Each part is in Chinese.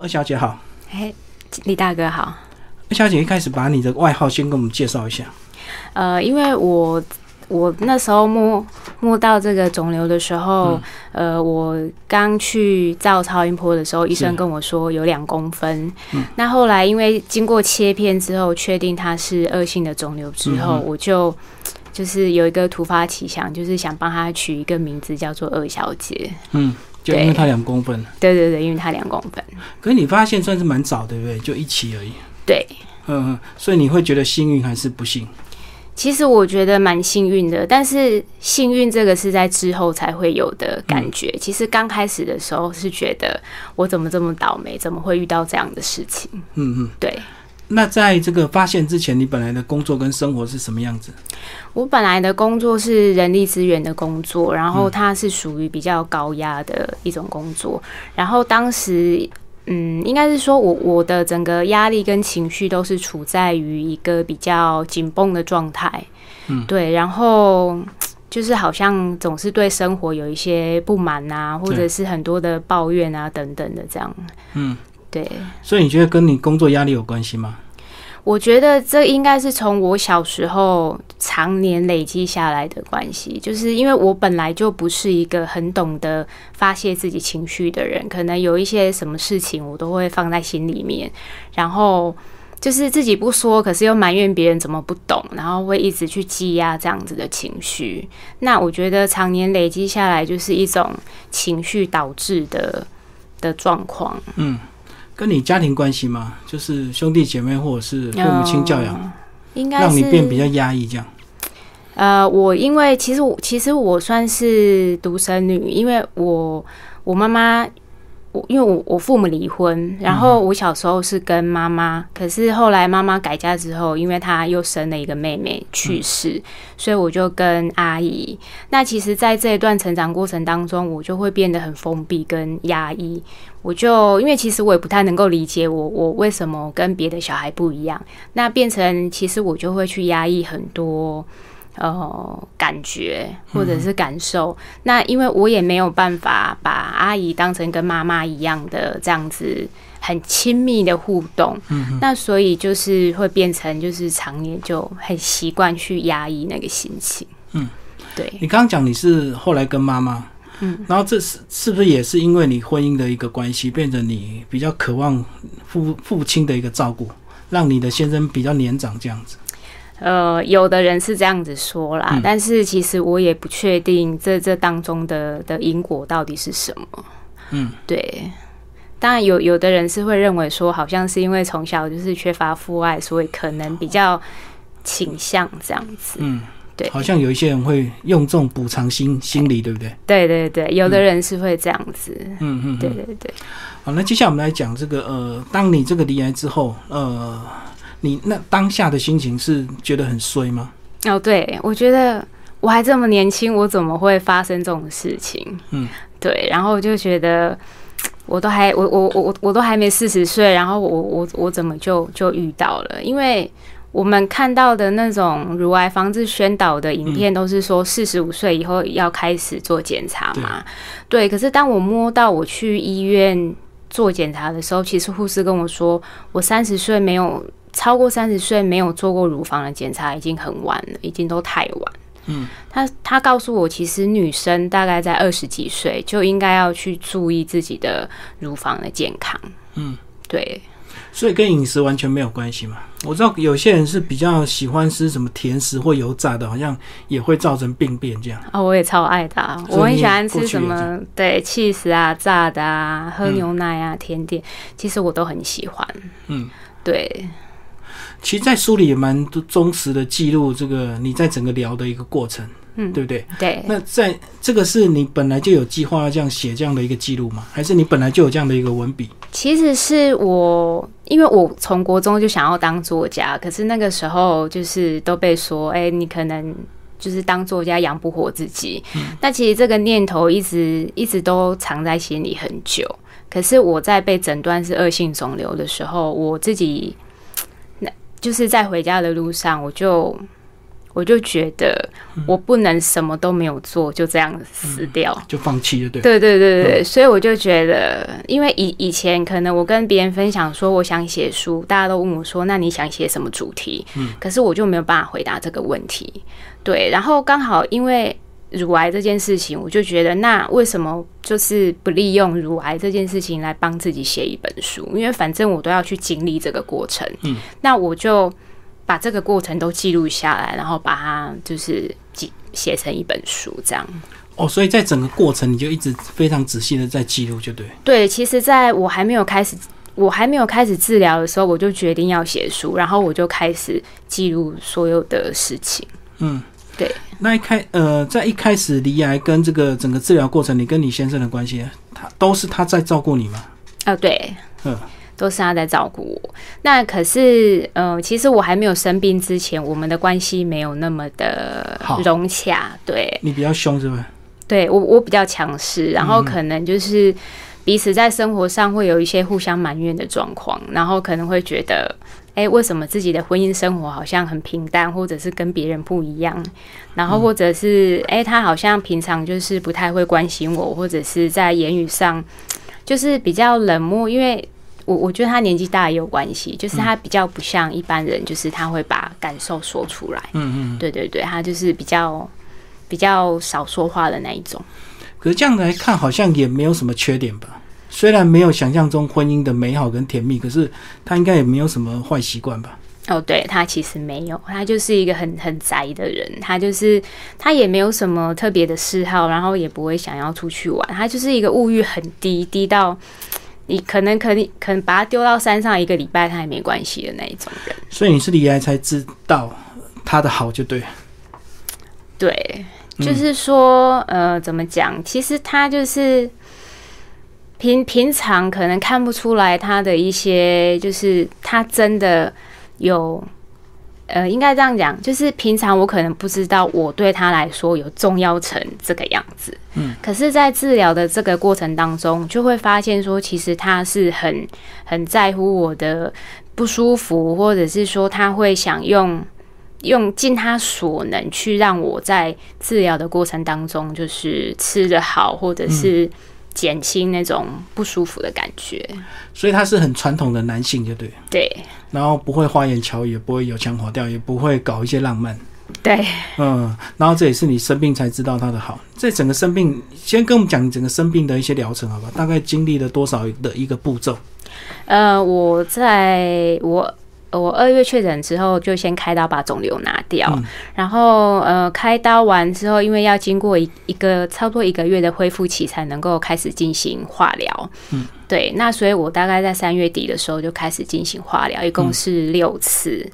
二小姐好，哎，李大哥好。二小姐一开始把你的外号先跟我们介绍一下。呃，因为我我那时候摸摸到这个肿瘤的时嗯候，呃，我刚去照超音波的时候，医生是嗯跟我说有两公分。那后来因为经过切片之后，确定它是恶性的肿瘤之后，嗯哼我就。就是有一个突发奇想，就是想帮她取一个名字叫做二小姐。嗯，就对因为她两公分，对对对，因为她两公分。可是你发现算是蛮早，对不对？就一起而已。对，嗯，嗯，所以你会觉得幸运还是不幸？其实我觉得蛮幸运的，但是幸运这个是在之后才会有的感觉。其实刚开始的时候是觉得我怎么这么倒霉，怎么会遇到这样的事情？嗯嗯。对那在这个发现之前，你本来的工作跟生活是什么样子？我本来的工作是人力资源的工作，然嗯后它是属于比较高压的一种工作，然后当时。嗯，应该是说我我的整个压力跟情绪都是处在于一个比较紧绷的状态，嗯对，然后就是好像总是对生活有一些不满啊，或者对是很多的抱怨啊等等的这样，嗯，对，所以你觉得跟你工作压力有关系吗？我觉得这应该是从我小时候常年累积下来的关系，就是因为我本来就不是一个很懂得发泄自己情绪的人，可能有一些什么事情我都会放在心里面，然后就是自己不说，可是又埋怨别人怎么不懂，然后会一直去积压这样子的情绪。那我觉得常年累积下来就是一种情绪导致的的状况。跟你家庭关系吗？就是兄弟姐妹或者是父母亲教养，嗯应该让你是变比较压抑这样。呃，我因为其实我其实我算是独生女，因为我我妈妈。我因为我我父母离婚，然后我小时候是跟妈妈，可是后来妈妈改嫁之后，因为她又生了一个妹妹去世，所以我就跟阿姨。那其实，在这一段成长过程当中，我就会变得很封闭跟压抑。我就因为其实我也不太能够理解我我为什么跟别的小孩不一样，那变成其实我就会去压抑很多呃感觉或者是感受。那因为我也没有办法把阿姨当成跟妈妈一样的这样子很亲密的互动，嗯、那所以就是会变成就是常年就很习惯去压抑那个心情。嗯，对。你刚刚讲你是后来跟妈妈，嗯，然后这是是不是也是因为你婚姻的一个关系，变成你比较渴望父父亲的一个照顾，让你的先生比较年长这样子？呃，有的人是这样子说啦，嗯但是其实我也不确定这这当中的的因果到底是什么。嗯，对。当然有有的人是会认为说，好像是因为从小就是缺乏父爱，所以可能比较倾向这样子。嗯，对好像有一些人会用这种补偿心心理，对不对？对对对，有的人是会这样子。嗯嗯，对嗯。对对，好，那接下来我们来讲这个呃，当你这个离癌之后，呃，你那当下的心情是觉得很衰吗？哦，对，我觉得我还这么年轻，我怎么会发生这种事情？嗯，对，然后我就觉得。我都还我我我我我都还没四十岁，然后我我我怎么就就遇到了？因为我们看到的那种乳癌防治宣导的影片，都是说四十五岁以后要开始做检查嘛。对，可是当我摸到我去医院做检查的时候，其实护士跟我说，我三十岁没有超过三十岁没有做过乳房的检查，已经很晚了，已经都太晚。嗯，他他告诉我，其实女生大概在二十几岁就应该要去注意自己的乳房的健康。嗯，对，所以跟饮食完全没有关系嘛。我知道有些人是比较喜欢吃什么甜食或油炸的，好像也会造成病变这样。啊、我也超爱的、啊，所以我很你喜欢过吃去嗯什也么对 cheese 啊、炸的啊、喝牛奶啊、甜点，其实我都很喜欢。嗯，对，其实，在书里也蛮忠实的记录这个你在整个聊的一个过程，嗯对不对？对，那在这个是你本来就有计划要这样写这样的一个记录吗？还是你本来就有这样的一个文笔？其实是我，因为我从国中就想要当作家，可是那个时候就是都被说，哎、你可能就是当作家养不活自己。那、其实这个念头一直一直都藏在心里很久。可是我在被诊断是恶性肿瘤的时候，我自己那就是在回家的路上，我就我就觉得我不能什么都没有做就这样死掉。就放弃就对。对嗯对对对，所以我就觉得，因为以以前可能我跟别人分享说我想写书，大家都问我说，那你想写什么主题？嗯，可是我就没有办法回答这个问题。对，然后刚好因为乳癌这件事情，我就觉得，那为什么就是不利用乳癌这件事情来帮自己写一本书？因为反正我都要去经历这个过程，嗯，那我就把这个过程都记录下来，然后把它就是记写成一本书这样。哦，所以在整个过程你就一直非常仔细的在记录，就对。对，其实在我还没有开始，我还没有开始治疗的时候，我就决定要写书，然后我就开始记录所有的事情。嗯，对。那一开呃，在一开始离癌跟这个整个治疗过程，你跟你先生的关系，他都是他在照顾你吗？啊，对，嗯，都是他在照顾我。那可是，呃，其实我还没有生病之前，我们的关系没有那么的好融洽。对，你比较凶是吧？对我我比较强势，然后可能就是彼此在生活上会有一些互相埋怨的状况，然后可能会觉得，哎、为什么自己的婚姻生活好像很平淡，或者是跟别人不一样，然后或者是哎、诶他好像平常就是不太会关心我，或者是在言语上就是比较冷漠，因为。我我觉得他年纪大也有关系，就是他比较不像一般人，就是他会把感受说出来。嗯嗯。对对对，他就是比较比较少说话的那一种。可是这样来看，好像也没有什么缺点吧？虽然没有想象中婚姻的美好跟甜蜜，可是他应该也没有什么坏习惯吧？哦，对他其实没有，他就是一个很很宅的人，他就是他也没有什么特别的嗜好，然后也不会想要出去玩，他就是一个物欲很低，低到你可能可能可能把他丢到山上一个礼拜他也没关系的那一种人。所以你是离癌才知道他的好，就对。对，嗯就是说，呃，怎么讲？其实他就是平平常可能看不出来他的一些，就是他真的有，呃，应该这样讲，就是平常我可能不知道我对他来说有重要成这个样子，嗯，可是，在治疗的这个过程当中，就会发现说，其实他是很很在乎我的不舒服，或者是说他会想用。用尽他所能去让我在治疗的过程当中，就是吃得好，或者是减轻那种不舒服的感觉。所以他是很传统的男性，就对。对然后不会花言巧语，也不会油腔滑调，也不会搞一些浪漫。对，嗯，然后这也是你生病才知道他的好。这整个生病，先跟我们讲你整个生病的一些疗程，好吧？大概经历了多少的一个步骤？呃，我在我呃我二月确诊之后，就先开刀把肿瘤拿掉，嗯然后呃，开刀完之后，因为要经过一一个差不多一个月的恢复期，才能够开始进行化疗。嗯，对，那所以我大概在三月底的时候就开始进行化嗯疗，一共是六次。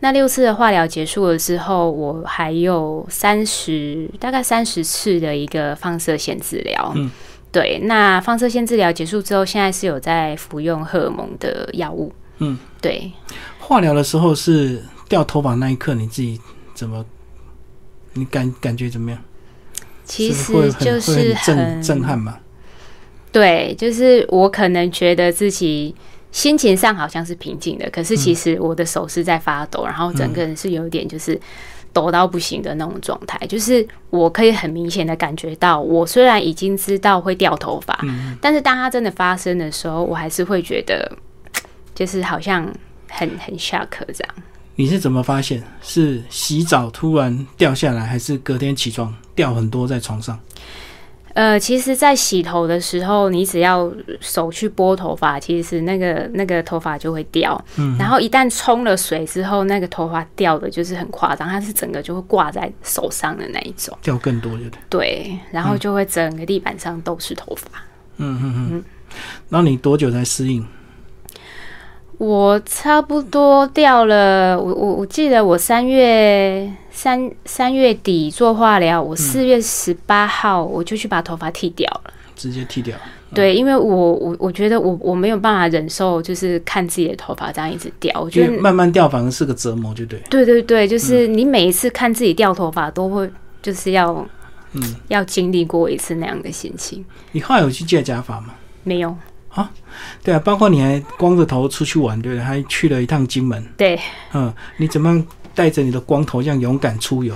那六次的化疗结束了之后，我还有三十大概三十次的一个放射线治疗。嗯对，那放射线治疗结束之后，现在是有在服用荷尔蒙的药物。嗯，对，化疗的时候是掉头发那一刻，你自己怎么？你感感觉怎么样？其是会实很就会是很震震撼嘛。对，就是我可能觉得自己心情上好像是平静的，可嗯是其实我的手是在发抖，然后整个人是有一点就是抖到不行的那种状态。就是我可以很明显的感觉到，我虽然已经知道会掉头发，嗯，但是当它真的发生的时候，我还是会觉得就是好像很很 shock 这样。你是怎么发现？是洗澡突然掉下来，还是隔天起床掉很多在床上？呃，其实，在洗头的时候，你只要手去拨头发，其实那个那个头发就会掉。嗯然后一旦冲了水之后，那个头发掉的就是很夸张，它是整个就会挂在手上的那一种。掉更多，就对。对，然后就会整个地板上都是头发。嗯嗯嗯。然后你多久才适应？我差不多掉了，我我我记得我三月三三月底做化疗，我四月十八号我就去把头发剃掉了。直接剃掉？对，因为我我我觉得我我没有办法忍受，就是看自己的头发这样一直掉。我因觉为嗯得，慢慢掉反而是个折磨，就对。对对对，就是你每一次看自己掉头发，都会就是要嗯，要经历过一次那样的心情。你后来有去借假发吗？没有，对啊，包括你还光着头出去玩，对不对？还去了一趟金门。对，嗯，你怎么样带着你的光头这样勇敢出游？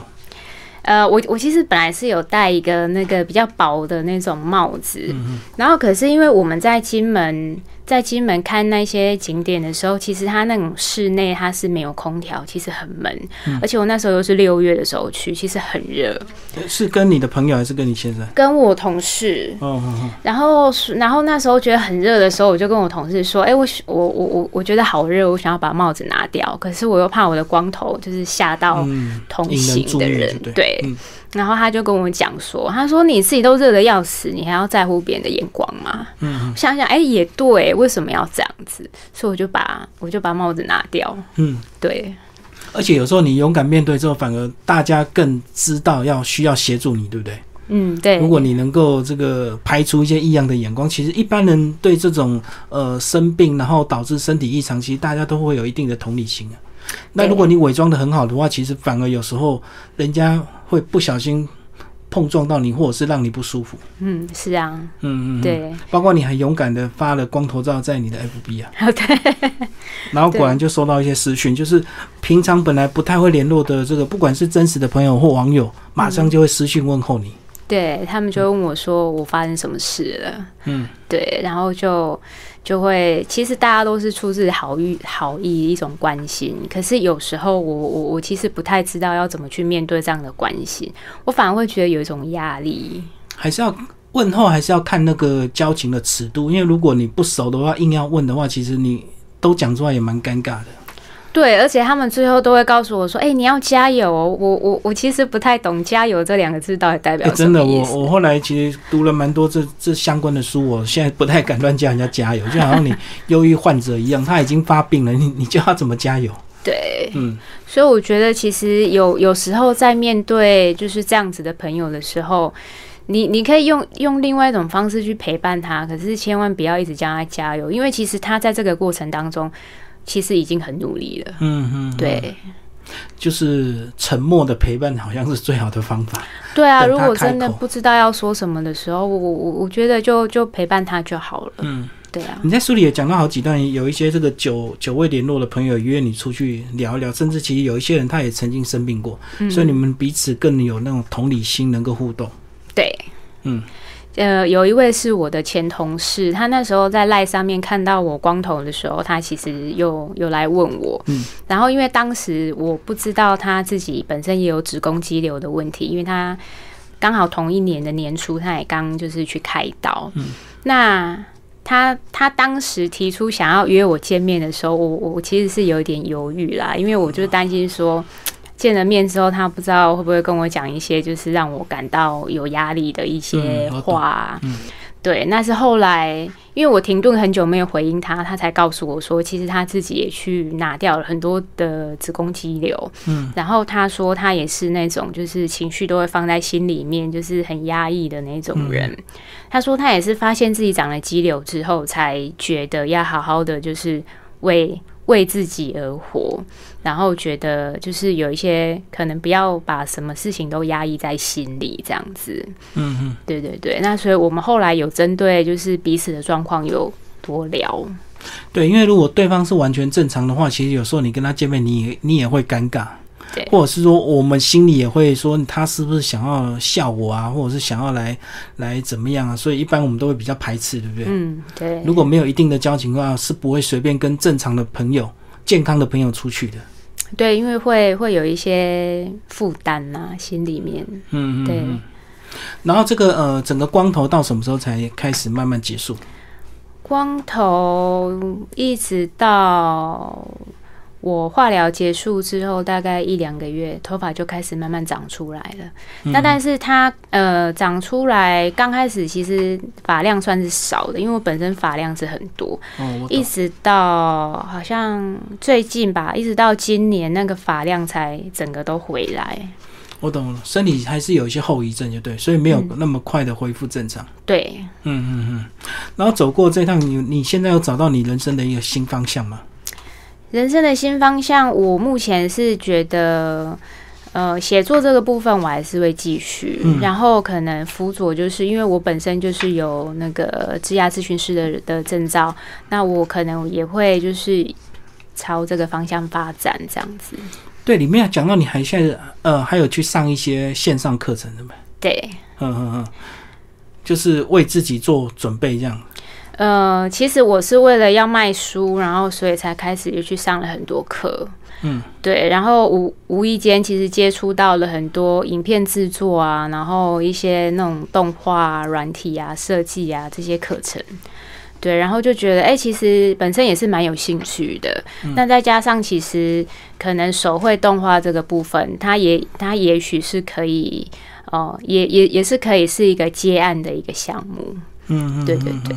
呃，我我其实本来是有戴一个那个比较薄的那种帽子，嗯然后可是因为我们在金门，在金门看那些景点的时候，其实它那种室内它是没有空调，其实很闷，嗯而且我那时候又是六月的时候去，其实很热，是跟你的朋友还是跟你先生？跟我同事，哦，哦然后是，然后那时候觉得很热的时候，我就跟我同事说：“哎、我喜我我我我觉得好热，我想要把帽子拿掉，可是我又怕我的光头就是吓哦到嗯，同引人行注的意人。就对对，嗯然后他就跟我讲说：“他说你自己都热的要死，你还要在乎别人的眼光吗？”嗯我想想，哎、也对，为什么要这样子？所以我就把我就把帽子拿掉。嗯，对，而且有时候你勇敢面对之后，反而大家更知道要需要协助你，对不对？嗯，对。如果你能够这个排除一些异样的眼光，其实一般人对这种呃生病然后导致身体异常，其实大家都会有一定的同理心啊。那对如果你伪装的很好的话，其实反而有时候人家会不小心碰撞到你，或者是让你不舒服。嗯，是啊，嗯嗯，嗯。对， 包括你很勇敢的发了光头照在你的 FB 啊，对，然后果然就收到一些私讯，就是平常本来不太会联络的这个，不管是真实的朋友或网友，马嗯上就会私讯问候你。对他们就问我说我发生什么事了。嗯，对，然后就就会，其实大家都是出自好意好意一种关心，可是有时候我我我其实不太知道要怎么去面对这样的关心，我反而会觉得有一种压力。还是要问候，还是要看那个交情的尺度，因为如果你不熟的话，硬要问的话，其实你都讲出来也蛮尴尬的。对，而且他们最后都会告诉我说：“哎、你要加油哦！”我我我其实不太懂“加油”这两个字到底代哎、表什真的，么意思。我我后来其实读了蛮多这这相关的书，我现在不太敢乱叫人家加油，就好 像你忧郁患者一样，他已经发病了，你你叫他怎么加油？对，嗯，所以我觉得其实有有时候在面对就是这样子的朋友的时候，你你可以用用另外一种方式去陪伴他，可是千万不要一直叫他加油，因为其实他在这个过程当中其实已经很努力了。嗯嗯，对就是沉默的陪伴好像是最好的方法。对啊，等他如果开真的口不知道要说什么的时候，我我我我觉得就就陪伴他就好了。嗯，对啊，你在书里也讲到好几段，有一些这个久久未联络的朋友约你出去聊一聊，甚至其实有一些人他也曾经生病过，嗯所以你们彼此更有那种同理心，能够互动。对，嗯，呃，有一位是我的前同事，他那时候在赖上面看到我光头的时候，他其实又又来问我，嗯，然后因为当时我不知道他自己本身也有子宫肌瘤的问题，因为他刚好同一年的年初，他也刚就是去开刀，嗯，那。他他当时提出想要约我见面的时候，我我我其实是有一点犹豫啦，因为我就担心说，见了面之后，他不知道会不会跟我讲一些就是让我感到有压力的一些嗯我懂话。嗯对，那是后来，因为我停顿很久没有回应他，他才告诉我说，其实他自己也去拿掉了很多的子宫肌瘤。嗯，然后他说他也是那种就是情绪都会放在心里面，就是很压抑的那嗯种人。他说他也是发现自己长了肌瘤之后，才觉得要好好的就是为为自己而活，然后觉得就是有一些可能不要把什么事情都压抑在心里这样子。嗯嗯，对对对，那所以我们后来有针对就是彼此的状况有多聊，对，因为如果对方是完全正常的话，其实有时候你跟他见面，你也你也会尴尬，对或者是说我们心里也会说他是不是想要笑我啊，或者是想要来来怎么样啊，所以一般我们都会比较排斥，对不对？嗯，对，如果没有一定的交情的话，是不会随便跟正常的朋友、健康的朋友出去的。对，因为会会有一些负担呐、心里面，嗯嗯，对。嗯然后这个呃，整个光头到什么时候才开始慢慢结束？光头一直到我化疗结束之后，大概一两个月，头发就开始慢慢长出来了。嗯那但是它呃长出来，刚开始其实发量算是少的，因为我本身发量是很多，哦，我一懂。直到呃好像最近吧，一直到今年那个发量才整个都回来。我懂了，身体还是有一些后遗症，就对，所以没有嗯那么快的恢复正常。对，嗯嗯嗯。然后走过这趟，你你现在有找到你人生的一个新方向吗？人生的新方向，我目前是觉得，呃，写作这个部分我还是会继续，嗯然后可能辅佐，就是因为我本身就是有那个职涯咨询师的的证照，那我可能也会就是朝这个方向发展这样子。对，里面讲到你还现在呃，还有去上一些线上课程的嘛？对，嗯嗯嗯，就是为自己做准备这样。呃，其实我是为了要卖书，然后所以才开始去上了很多课。嗯，对，然后无无意间其实接触到了很多影片制作啊，然后一些那种动画、啊、软体啊、设计啊这些课程。对，然后就觉得，哎、其实本身也是蛮有兴趣的。嗯那再加上，其实可能手绘动画这个部分，它也它也许是可以，哦、也也也是可以是一个接案的一个项目。嗯嗯，对对嗯对。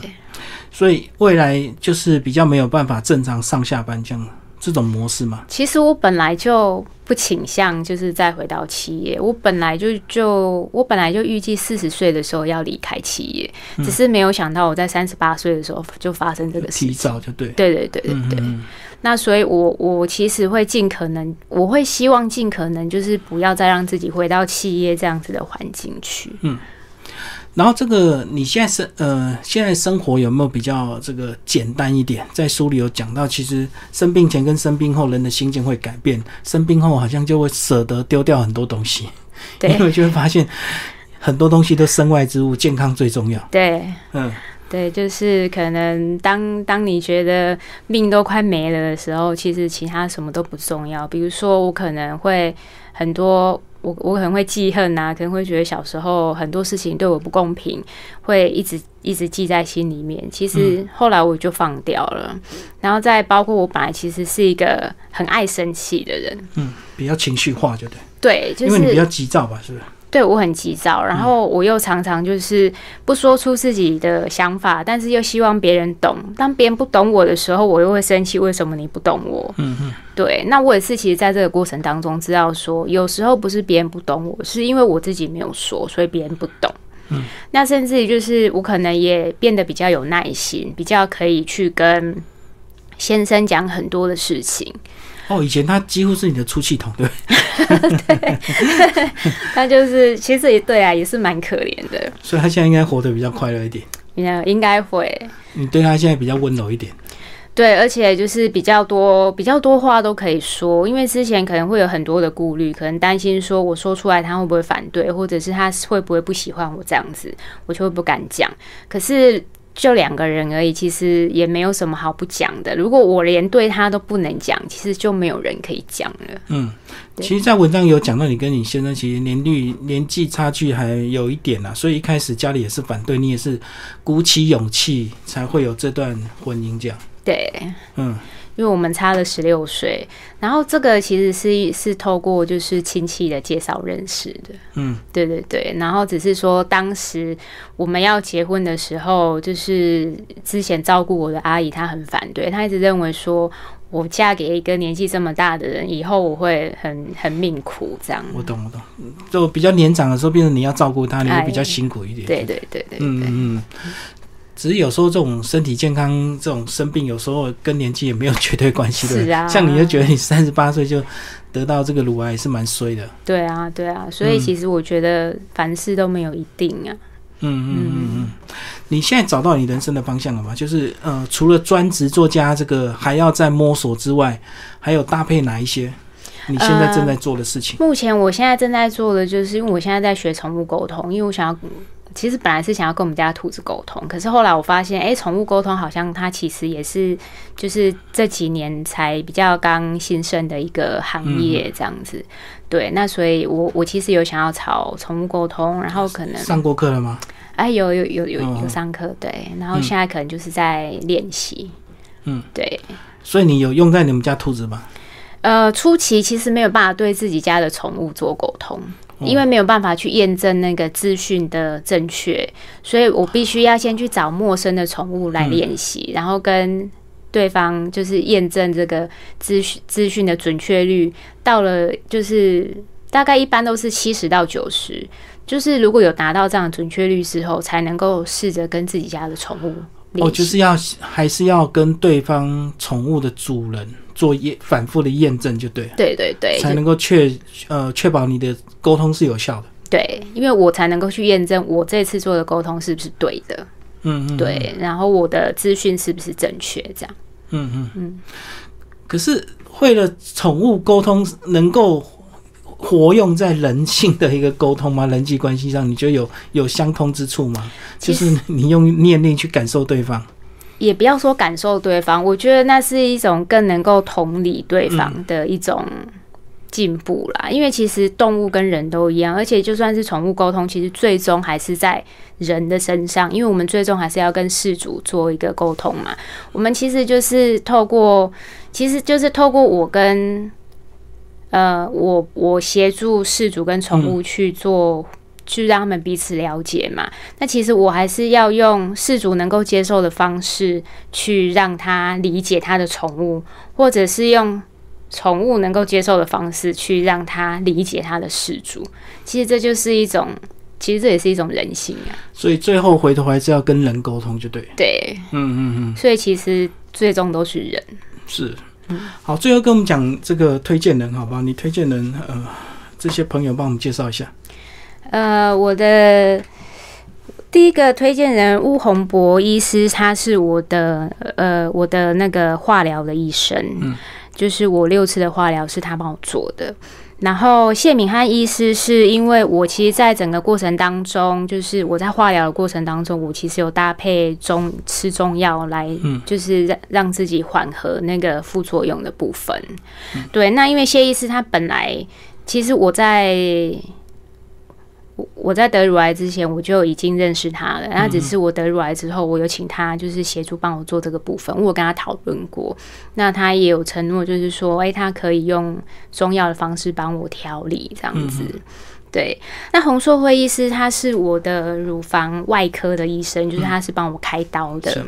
所以未来就是比较没有办法正常上下班这样这种模式嘛。其实我本来就不倾向，就是再回到企业。我本来就就我本来就预计四十岁的时候要离开企业，嗯只是没有想到我在三十八岁的时候就发生这个事提情。早就对。对对对对嗯对。嗯那所以我，我其实会尽可能，我会希望尽可能就是不要再让自己回到企业这样子的环境去。嗯。然后这个你现在生呃现在生活有没有比较这个简单一点？在书里有讲到，其实生病前跟生病后人的心境会改变，生病后好像就会舍得丢掉很多东西，因 对为就会发现很多东西都身外之物，健康最重要。对。嗯，对，就是可能当当你觉得命都快没了的时候，其实其他什么都不重要。比如说，我可能会很多，我我可能会记恨啊，可能会觉得小时候很多事情对我不公平，会一直一直记在心里面。其嗯实后来我就放掉了。然后再包括我本来其实是一个很爱生气的人，嗯，比较情绪化，就对，对，就因为你比是较急躁吧，是不是？对我很急躁，嗯然后我又常常就是不说出自己的想法，但是又希望别人懂。当别人不懂我的时候，我又会生气，为什么你不懂我？嗯嗯对，那我也是，其实在这个过程当中知道说，有时候不是别人不懂我，是因为我自己没有说，所以别人不懂。嗯，那甚至于就是我可能也变得比较有耐心，比较可以去跟先生讲很多的事情。哦，以前它几乎是你的出气筒，对不对？那就是其实也对啊，也是蛮可怜的，所以它现在应该活得比较快乐一点，应应该会。你对它现在比较温柔一点。对，而且就是比较多比较多话都可以说，因为之前可能会有很多的顾虑，可能担心说我说出来他会不会反对，或者是他会不会不喜欢我这样子，我就会不敢讲。可是就两个人而已，其实也没有什么好不讲的。如果我连对他都不能讲，其实就没有人可以讲了。嗯，对其实，在文章有讲到你跟你先生其实年龄年纪差距还有一点啊啦，所以一开始家里也是反对，你也是鼓起勇气才会有这段婚姻这样。对，嗯，因为我们差了十六岁，然后这个其实是是透过就是亲戚的介绍认识的。嗯，对对对，然后只是说当时我们要结婚的时候，就是之前照顾我的阿姨她很反对，她一直认为说我嫁给一个年纪这么大的人，以后我会很很命苦这样。我懂我懂，就比较年长的时候，变成你要照顾他，你会哎比较辛苦一点。对对对对嗯嗯对，嗯。只是有时候这种身体健康、这种生病，有时候跟年纪也没有绝对关系的。是啊像你就觉得你三十八岁就得到这个乳癌，也是蛮衰的。对啊对啊，所以其实我觉得凡事都没有一定啊。嗯嗯嗯嗯。你现在找到你人生的方向了吗？就是呃，除了专职作家这个还要再摸索之外，还有搭配哪一些你现在正在做的事情？目前我现在正在做的就是，因为我现在在学宠物沟通，因为我想要，其实本来是想要跟我们家兔子沟通，可是后来我发现，哎、宠物沟通好像它其实也是就是这几年才比较刚新生的一个行嗯业这样子。对，那所以我我其实有想要朝宠物沟通，然后可能上过课了吗？哎有有有有嗯有上课对，然后现在可能就是在练习。嗯，对，所以你有用在你们家兔子吗？呃，初期其实没有办法对自己家的宠物做沟通，哦因为没有办法去验证那个资讯的正确，所以我必须要先去找陌生的宠物来练习，嗯然后跟对方就是验证这个资讯资讯的准确率。到了就是大概一般都是七十到九十，就是如果有达到这样的准确率之后，才能够试着跟自己家的宠物哦，练习。就是要还是要跟对方宠物的主人做验反复的验证，就对了，对对对，才能够确呃确保你的沟通是有效的。对，因为我才能够去验证我这次做的沟通是不是对的，嗯嗯，嗯，对，然后我的资讯是不是正确，这样。嗯嗯嗯嗯。可是为了宠物沟通能够活用在人性的一个沟通吗？人际关系上，你觉得有有相通之处吗？就其实是你用念力去感受对方，也不要说感受对方，我觉得那是一种更能够同理对方的一种进步啦。因为其实动物跟人都一样，而且就算是宠物沟通，其实最终还是在人的身上，因为我们最终还是要跟事主做一个沟通嘛。我们其实就是透过，其实就是透过我跟呃，我我协助事主跟宠物去做。去让他们彼此了解嘛，那其实我还是要用事主能够接受的方式去让他理解他的宠物，或者是用宠物能够接受的方式去让他理解他的事主。其实这就是一种，其实这也是一种人性啊。所以最后回头还是要跟人沟通，就对了。对，嗯嗯嗯，所以其实最终都是人。是。嗯好，最后跟我们讲这个推荐人，好不好？你推荐人，呃，这些朋友帮我们介绍一下。呃，我的第一个推荐人巫洪博医师，他是我的呃我的那个化疗的医生，嗯就是我六次的化疗是他帮我做的。然后谢敏汉医师是因为我其实，在整个过程当中，就是我在化疗的过程当中，我其实有搭配中吃中药来嗯，就是让让自己缓和那个副作用的部分。对，那因为谢医师他本来其实我在我我在得乳癌之前我就已经认识他了，那只是我得乳癌之后，我有请他就是协助帮我做这个部分，我有跟他讨论过，那他也有承诺，就是说，哎、他可以用中药的方式帮我调理这样子。对，那洪硕辉医师他是我的乳房外科的医生，就是他是帮我开刀的。是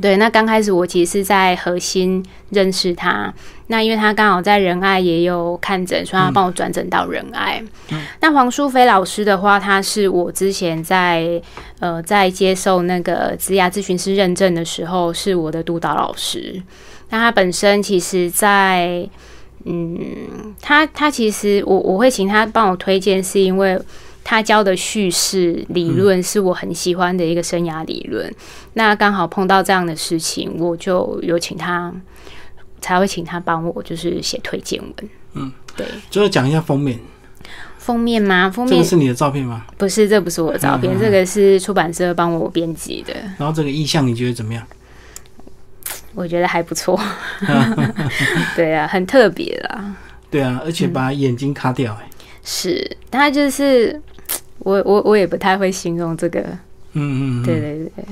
对，那刚开始我其实是在核心认识他，那因为他刚好在仁爱也有看诊，所以他帮我转诊到仁爱。那黄淑菲老师的话，他是我之前在呃在接受那个职涯咨询师认证的时候，是我的督导老师。那他本身其实在，嗯，他他其实我我会请他帮我推荐，是因为他教的叙事理论是我很喜欢的一个生涯理论。那刚好碰到这样的事情，我就有请他，才会请他帮我就是写推荐文。嗯，对，最后讲一下封面，封面吗？封这面个是你的照片吗？不是，这不是我的照片，嗯嗯这个是出版社帮我编辑的，然后这个意向你觉得怎么样？我觉得还 不错。对啊，很特别啦。对啊，而且把眼睛卡掉、欸，是，他就是我我我也不太会形容这个。嗯嗯嗯，对对对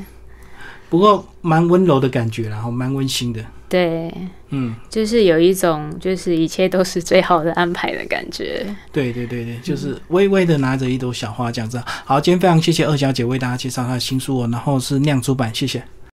不过蛮温柔的感觉啦，然后蛮温馨的，对，嗯，就是有一种就是一切都是最好的安排的感觉。对对对对，就是微微的拿着一朵小花这样子。好，今天非常谢谢二小姐为大家介绍她的新书哦，然后是酿出版，谢谢。